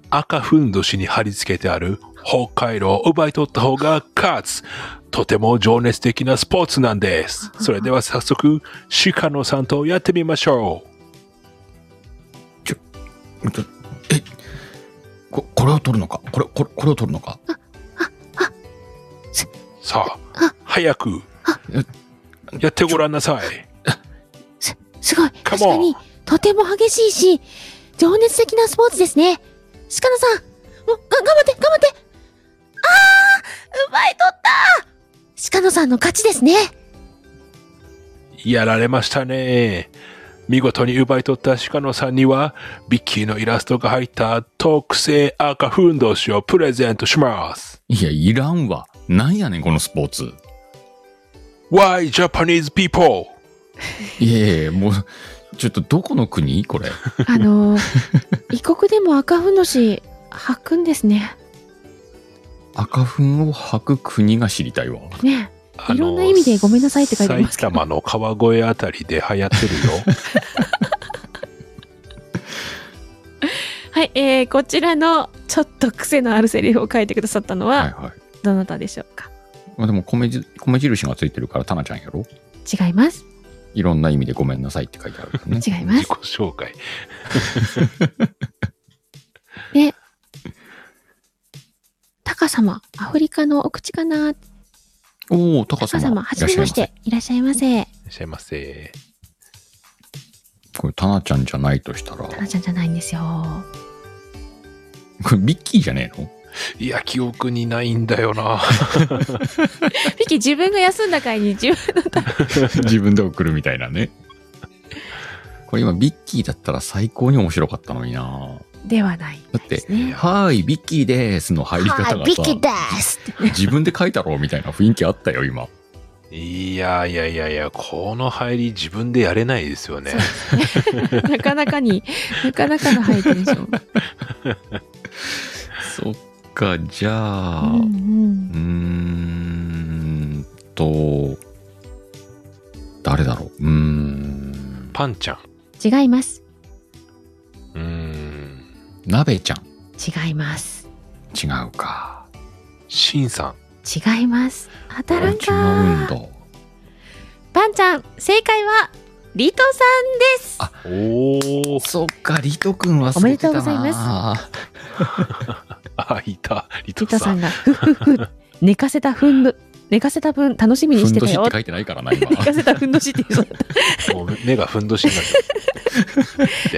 S13: 赤ふんどしに貼り付けてある北海道を奪い取った方が勝つ。とても情熱的なスポーツなんです。それでは早速、鹿野さんとやってみましょう。
S2: こ、これを取るのかこれ、これ、これを取るのか
S13: さあ、早く、やってごらんなさい。
S10: すごい。
S13: カ
S10: 確
S13: モン
S10: かに、とても激しいし、情熱的なスポーツですね。鹿野さん、もうが、頑張って、頑張って。あー、奪い取った鹿野さんの勝ち
S1: (laughs)
S10: ですね。
S13: やられましたね。見事に奪い取った鹿野さんには、ビッキーのイラストが入った特製赤ふんどしをプレゼントします。
S2: いや、いらんわ。なんやねん、このスポーツ。
S13: Why Japanese people?
S2: いやいやいやもう、ちょっとどこの国これ。
S1: あのー異国でも赤ふんどし履くんですね。
S2: 赤粉を吐く国が知りたいわ。
S1: ね
S13: い
S1: ろんな意味でごめんなさいって書いてありま
S13: 埼
S1: すけど。
S13: 玉の川越あたりで流行ってるよ。
S1: (laughs) はい、えー、こちらのちょっと癖のあるセリフを書いてくださったのは、どなたでしょうか
S2: まあでも米じ、米印がついてるから、タナちゃんやろ
S1: 違います。
S2: いろんな意味でごめんなさいって書いてあるからね。
S1: 違います。
S13: 紹介。
S1: で、タカ様、アフリカのお口かなタ
S2: おお、高
S1: カ
S2: 様。
S1: 様、はじめまし、
S2: いらって
S1: いらっしゃいませ。
S13: いらっしゃいませ。
S2: しゃいま。これ、タナちゃんじゃないとしたら、こ
S1: タナちゃんじゃないんですよ。
S2: れ、ミッキーじゃねえの (laughs)
S13: いや、記憶にないんだよな。
S1: ピキ、自分が休んだ回に自分の
S2: 自分で送るみたいなね。これ今、ビッキーだったら最高に面白かったのにな
S1: ではない。
S2: だって、はーい、ビッキーですの入り方
S1: で
S2: がさ、
S1: す
S2: 自分で書いたろうみたいな雰囲気あったよ、今。
S13: いやいやいやいや、この入り自分でやれないですよね。
S1: なかなかに、なかなかの配点でしょ。
S2: そっか、じ (laughs) ゃ
S1: う
S2: あ、うんーんと、誰だろううーん。
S13: パンちゃん。
S1: 違います。
S2: 鍋ちゃん。
S1: 違います。
S2: 違うか。
S13: しんさん。
S1: 違います。当たらん
S2: 違う
S1: か。
S2: んだ。
S10: パンちゃん、正解は、リトさんです。
S13: おお。
S2: そっか、リト君は
S10: おめでとうございます
S2: ます。
S13: あ、いた。リ
S1: ピ
S13: ト
S1: ト
S13: さ
S1: さん
S13: ん。
S1: が、ふっふっふ、寝かせたふんど、寝かせた分楽しみにしてたよ。
S2: ふんどしって書いてないからな今
S1: 寝 (laughs) かせたふんどしって
S2: (laughs)
S1: 言うそうだっ
S13: もう目がふんどしになった。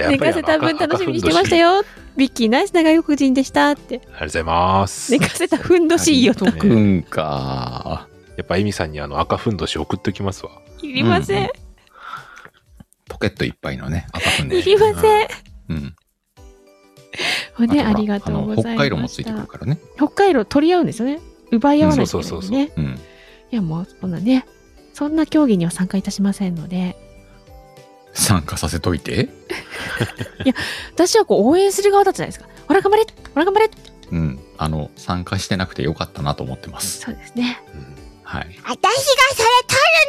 S1: (laughs) た。寝かせた分楽しみにしてました
S13: ありが
S1: よ。ビッキー、ナイス長良国人でした
S2: (laughs)
S1: って。
S13: とうございます。
S1: 寝かせたふんどしいいよと。
S13: く
S2: んか。
S13: やっぱエミさんにあの赤ふんどし送っときますわ。
S1: いりません。
S2: ポケットいっぱいのね、赤くん
S1: (laughs) いりません。
S2: うん。
S1: ほね、
S2: あとほ
S1: あ
S2: ら
S1: りがとうございました。
S2: あの北海道もついてくるからね。
S1: 北海道取り合うんですよね。奪い合わないと
S13: そう
S1: いけ
S13: そ
S1: な
S13: う
S1: い
S13: そ
S1: ん
S13: う
S1: で
S13: そう
S1: ね。いや、もう、そんなね、そんな競技には参加いたしませんので、
S2: 参加させといて。
S1: 私はこう応援する側だったじゃないですか。ほら、頑張れほら、頑張れって
S2: うん。あの、参加してなくてよかったなと思ってます。
S1: そうですね。
S2: はい。
S10: 私がそれ取るん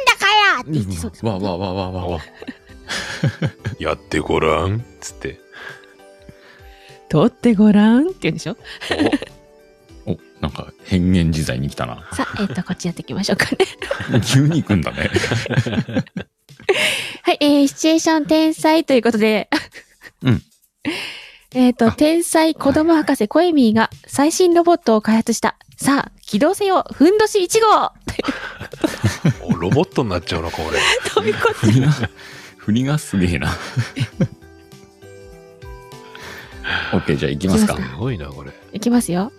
S10: だから
S2: わわわわわわ。
S13: やってごらん、つって。
S1: 取ってごらんって言うんで
S2: (laughs)
S1: しょ
S2: お、なんか変幻自在に来たな。 (laughs)
S1: さあ、えっ、と、こっちやっていきましょうかね。 (laughs)
S2: 急に行くんだね。 (laughs)
S1: はい、えー、シチュエーション天才ということで。
S2: うん。
S1: (laughs) えっと、天才子供博士コエミーが最新ロボットを開発した。さあ、起動せよ、ふんどし1号
S2: (laughs)
S13: もうロボットになっちゃうな、これ。
S2: 振りが、振りがす (laughs) げえな。オッケー、じゃあ行きますか。
S1: 行きます
S13: ごいな、これ。
S1: いきますよ。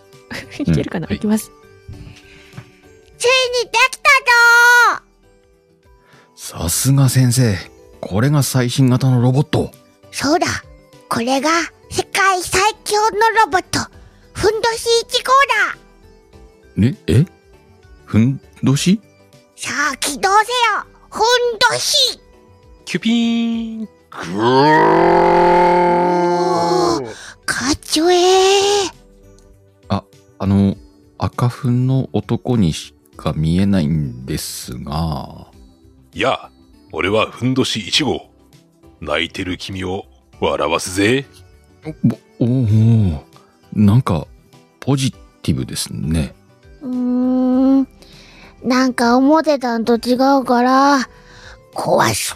S1: いけるかな、いきます。
S10: ついにできたぞ
S2: さすが先生。これが最新型のロボット。
S10: そうだこれが世界最強のロボットふんどし1号だ
S2: ね、えふんどし
S10: さあ起動せよふんどし
S13: キュピーン
S10: かっちょええ
S2: あの、赤粉の男にしか見えないんですが、
S13: いや、俺はふんどし1号。泣いてる君を笑わすぜ。
S2: おお、なんか、ポジティブですね。
S10: うーんなんか思ってたんと違うから壊す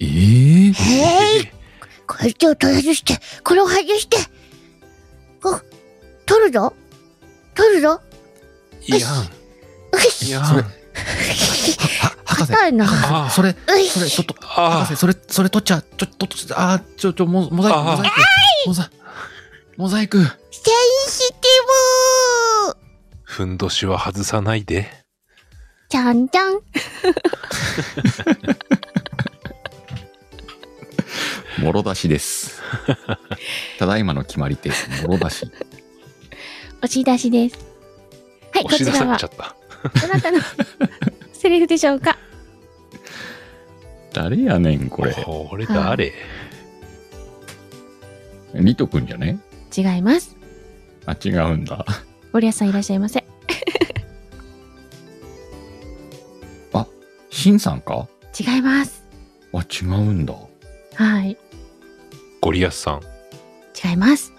S2: ええ
S10: へいこっちを取らずしてこれを外してお取るぞ取るぞ
S13: いやん。いやん。
S2: 博士
S10: 硬いな
S2: あそれ、
S10: うい
S2: それ、ちょっと、博士、それ、それ取っちゃ、ちょ、取っと、あー、ちょ、ちょ、モモザイク、モザイク、モザモザイク。
S10: センシティブ
S13: ふんどしは外さないで。
S10: ちゃんちゃん
S2: もろ出し (laughs) です。ただいまの決まり手、もろ出し。
S1: 押し出しです。はい、こ
S2: 押
S1: ち
S2: し出
S1: ら
S2: さ
S1: は、
S2: れちゃっ
S1: どなたのセリフでしょうか
S2: 誰やねん、これ。
S13: こ
S1: れ誰
S2: リトくんじゃね
S1: 違います。
S2: あ、違うんだ。
S1: ゴリアスさんいらっしゃいませ。
S2: シンさんか
S1: 違います。
S2: あ、違うんだ。
S1: はい、
S13: ゴリアスさん。
S1: 違います。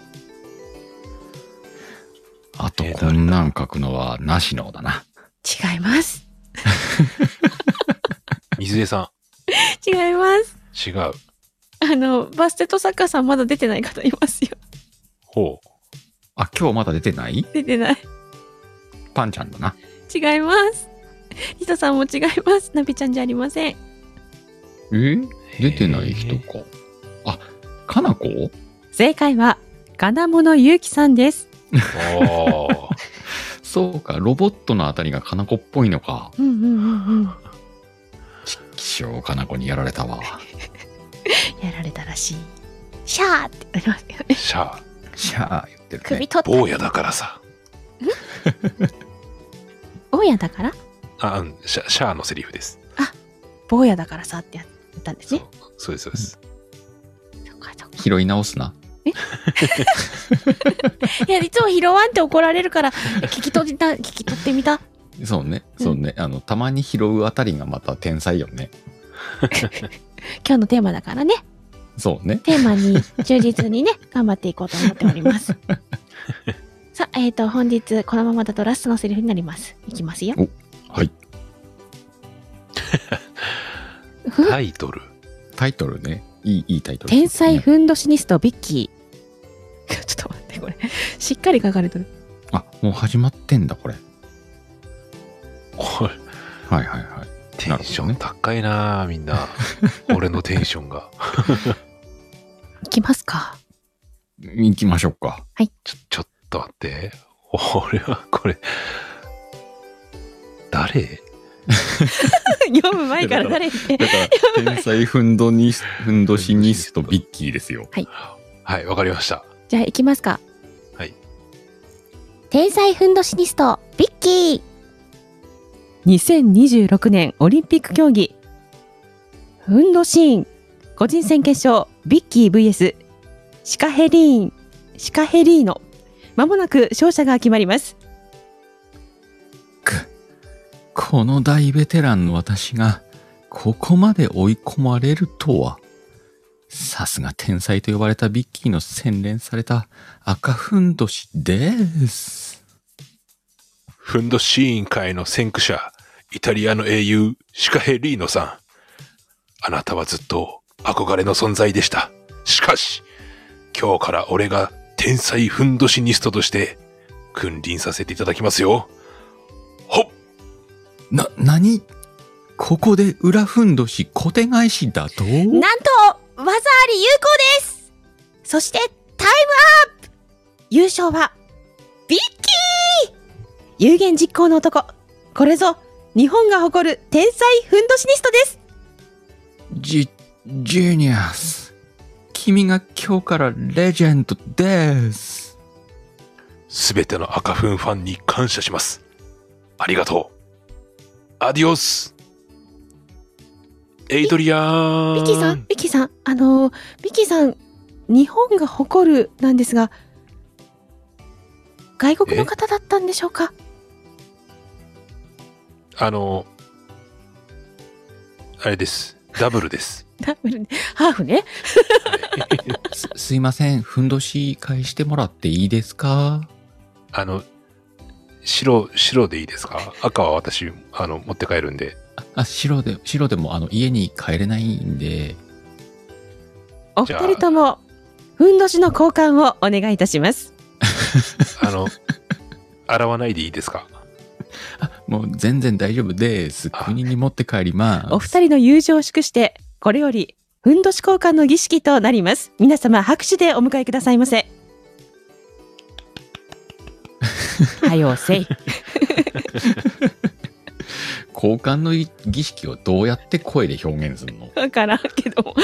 S2: あと、こんなん書くのは、なしのだな。
S1: 違います。
S13: 水江さ
S1: 違います。
S13: ん。違う。
S1: あの、バステとサッカーさんまだ出てない方いますよ。
S13: ほ
S2: う。あ、今日まだ出てない
S1: 出てない。
S2: パンちゃんだな。
S1: 違います。リトさんも違います。ナビちゃんじゃありません。
S2: え出てない人か。あ、かなこ
S1: 正解は、金物ゆうきさんです。
S13: ああ。
S2: そうか、ロボットのあたりがかなこっぽいのか。
S1: うんうんうんうん。
S2: 気象かなこにやられた (laughs) わ。
S1: やられたらしい。シャーってなりますけどね。
S13: シャア。
S2: シャア言ってる、ね。
S1: 首取ったり
S13: 坊やだからさ。
S1: 坊やだから
S13: あ、うんシャシャアのセリフです。
S1: 坊やだからさってやったんですね。
S13: そうです、そうです。
S2: 拾い直すな。
S1: いや、いつも拾わんって怒られる (laughs) から、聞き取った、聞き取ってみた。
S2: そうね、そうね。あの、たまに拾うあたりがまた天才よね。
S1: 今日のテーマだからね。
S2: そうね。
S1: テーマに忠実 (laughs) にね、頑張っていこうと思っております。さあ、えっ、と、本日、このままだとラストのセリフになります。いきますよ。
S2: はい。
S13: タイトル。
S2: タイトルね。いい、いいタイトル。
S1: 天才ふんどしニスト、ビッキー。ちょっと待って、これ。しっかり書かれてる。
S2: あ、もう始まってんだ、これ。
S13: これ。
S2: はいはいはい。
S13: テンション高いなあみん (laughs) な。俺のテンションが。
S1: いきますか。
S2: 行きましょうか。
S1: はい。
S13: ちょ、ちょっと待って。俺はこれ、誰
S1: (laughs) 読む前から誰って。
S2: だから、天才ふんどに、 (laughs) ふんどしニストビッキーですよ。
S1: はい。
S13: はい、わかりました。
S1: じゃあ、いきますか。
S13: はい。
S10: 天才ふんどしニストビッキー
S1: 2026年オリンピック競技ふんどシーン個人戦決勝ビッキー VS シカヘリーンシカヘリーノまもなく勝者が決まります
S2: この大ベテランの私が、ここまで追い込まれるとは。さすが天才と呼ばれたビッキーの洗練された赤ふんどしです。
S13: ふんどし委員会の先駆者、イタリアの英雄、シカヘリーノさん。あなたはずっと憧れの存在でした。しかし、今日から俺が天才ふんどしニストとして君臨させていただきますよ。
S2: な、何ここで裏ふんどし小手返しだと
S10: なんと、技あり有効ですそして、タイムアップ優勝は、ビッキー有言実行の男。これぞ、日本が誇る天才ふんどしニストです
S2: ジ、ジーニアス。君が今日からレジェンドです。
S13: すべての赤ふんファンに感謝します。ありがとう。アディオス。エイドリアーン。
S1: ビッキーさん、ビッキーさん、あのー、ビッキーさん、日本が誇るなんですが、外国の方だったんでしょうか
S13: あの、あれです。ダブルです。
S1: ダブルねハーフね。
S2: す、すいません。ふんどし返してもらっていいですか
S13: (laughs) あの、白、白でいいですか赤は私、あの、持って帰るんで。
S2: あ、白で、白でもあの家に帰れないんで。
S1: お
S13: じ
S1: 二
S13: ゃあ
S1: 人とも、ふんどしの交換をお願いいたします。
S13: あ
S2: (laughs)
S13: の、洗わないでいいですか
S2: もう全然大丈夫です。国に持って帰ります。
S1: お二人の友情を祝して、これより、ふんどし交換の儀式となります。皆様、拍手でお迎えくださいま (laughs) せ。はようせい。
S2: 交換の儀式をどうやって声で表現するの
S1: わからんけども。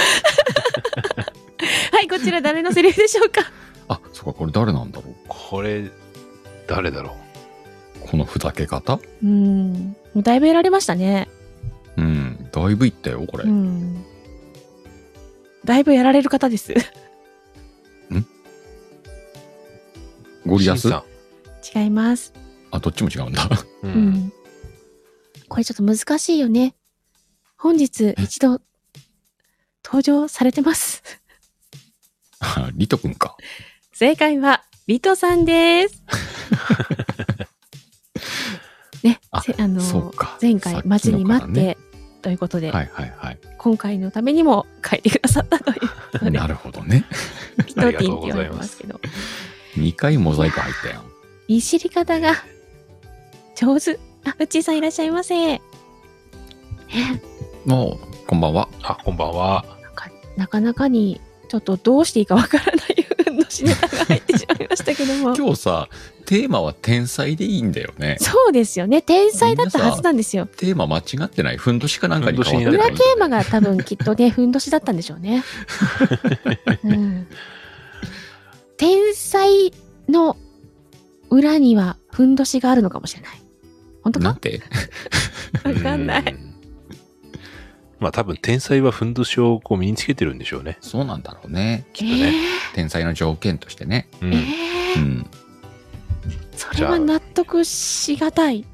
S1: はい、こちら誰のセリフでしょうか
S2: あ、そっか、これ誰なんだろう
S13: これ、誰だろ
S2: うこのふざけ方
S1: うん。もうだいぶ得られましたね。
S2: うん、だいぶいったよ、これ。
S1: うん。だいぶやられる方です。
S2: ゴリアス
S13: シンさ
S2: あ
S13: ん、
S1: 違います。
S2: どっちも違うんだ。 (laughs)
S1: うん。これちょっと難しいよね。本日一度登場されてます。
S2: あリト君か。
S1: 正解はリトさん
S2: (laughs)
S1: です。ね、せあの
S2: そうか
S1: 前回待ちに待って、
S2: さっきのからね
S1: ということで、
S2: はいはいはい。 (laughs)
S1: 今回のためにも書いてくださったということで
S2: なるほどね。
S1: 一点って言われますけど、
S2: 2回モザイク入ったやん。
S1: いじり方が上手。あ、うっちーさんいらっしゃいませ。
S2: もう、こんばんは。
S13: あ、こんばんは。
S1: なかなかにちょっとどうしていいかわからない運のしネタが入ってしまいましたけども。
S2: 今日さ、テーマは天才でいいんだよね。
S1: そうですよね。天才だったはずなんですよ。
S2: テーマ間違ってない。ふんどしかなんかに変わって
S1: 裏
S2: な
S1: テ
S2: い。
S1: ーマが多分きっとね、ふんどしだったんでしょう
S13: (laughs)
S1: ね。うん、天才の裏にはふんどしがあるのかもしれない。本当か
S2: なんて
S1: わかんない。
S13: まあ多分天才はふんどしをこう身につけてるんでしょうね。
S2: そうなんだろうね。
S13: きっとね。
S2: 天才の条件としてね。
S13: うん。
S2: うん
S1: それは納得しがたい。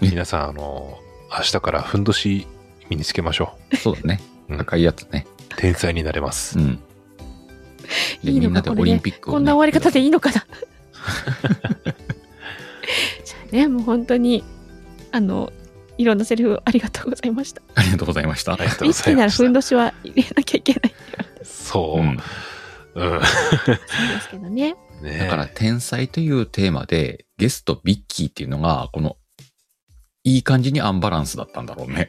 S13: 皆さん、あの、明日からふんどし身につけましょう。
S2: そうだね。
S13: 赤
S2: いやつね。
S13: 天才になれます。
S2: うん。
S1: いいのか、これね。こんな終わり方でいいのかな。 (laughs) じゃあね、もう本当に、あの、いろんなセリフありがとうございました。
S2: ありがとうございました。あり
S13: がとう
S1: 意
S13: ござ
S1: 識
S13: い
S1: な
S13: ま
S1: ら
S13: した。
S1: ふんどしは入れなきゃいけない
S13: そう。うん。
S1: ですけどね。
S2: だから、天才というテーマで、ゲストビッキーっていうのが、この、いい感じにアンバランスだったんだろうね。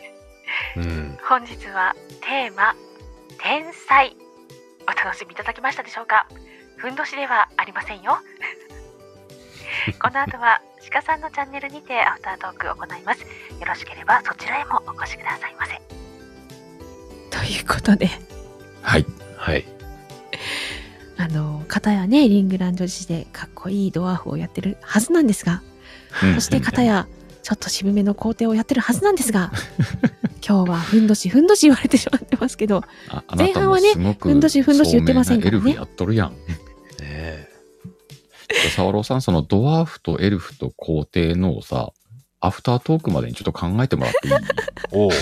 S13: うん。
S1: 本日はテーマ「天才」お楽しみいただきましたでしょうかふんどしではありませんよ (laughs) この後は鹿さんのチャンネルにてアフタートークを行いますよろしければそちらへもお越しくださいませということで
S2: はい。
S13: はい。
S1: あの片やねリングランド時でかっこいいドワーフをやってるはずなんですがそして片やちょっと渋めの皇帝をやってるはずなんですが今日はふんどしふんどし言われてしまってますけど
S2: ああな
S1: 前
S2: た
S1: 半
S2: も
S1: はね
S2: すごく
S1: ふんどしふんどし言ってませんから
S2: 聡明な
S1: ね
S2: エルフやっとるやん。ねえ。サワローさん、そのドワーフとエルフと皇帝のをさ、アフタートークまでにちょっと考えて
S1: (laughs)
S2: もらっていい
S13: おち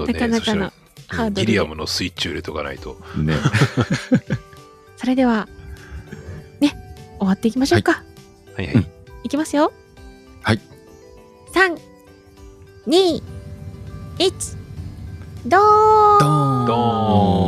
S13: ょっとね、
S1: なかなかの
S13: そしたら
S1: ハードルで
S13: ギリアムのスイッチを入れとかないと。
S2: ね。
S1: それでは、ね、終わっていきましょうか。
S13: はいはい。
S1: いきますよ。
S2: はい。
S10: 3、2、1、どー
S2: ドーン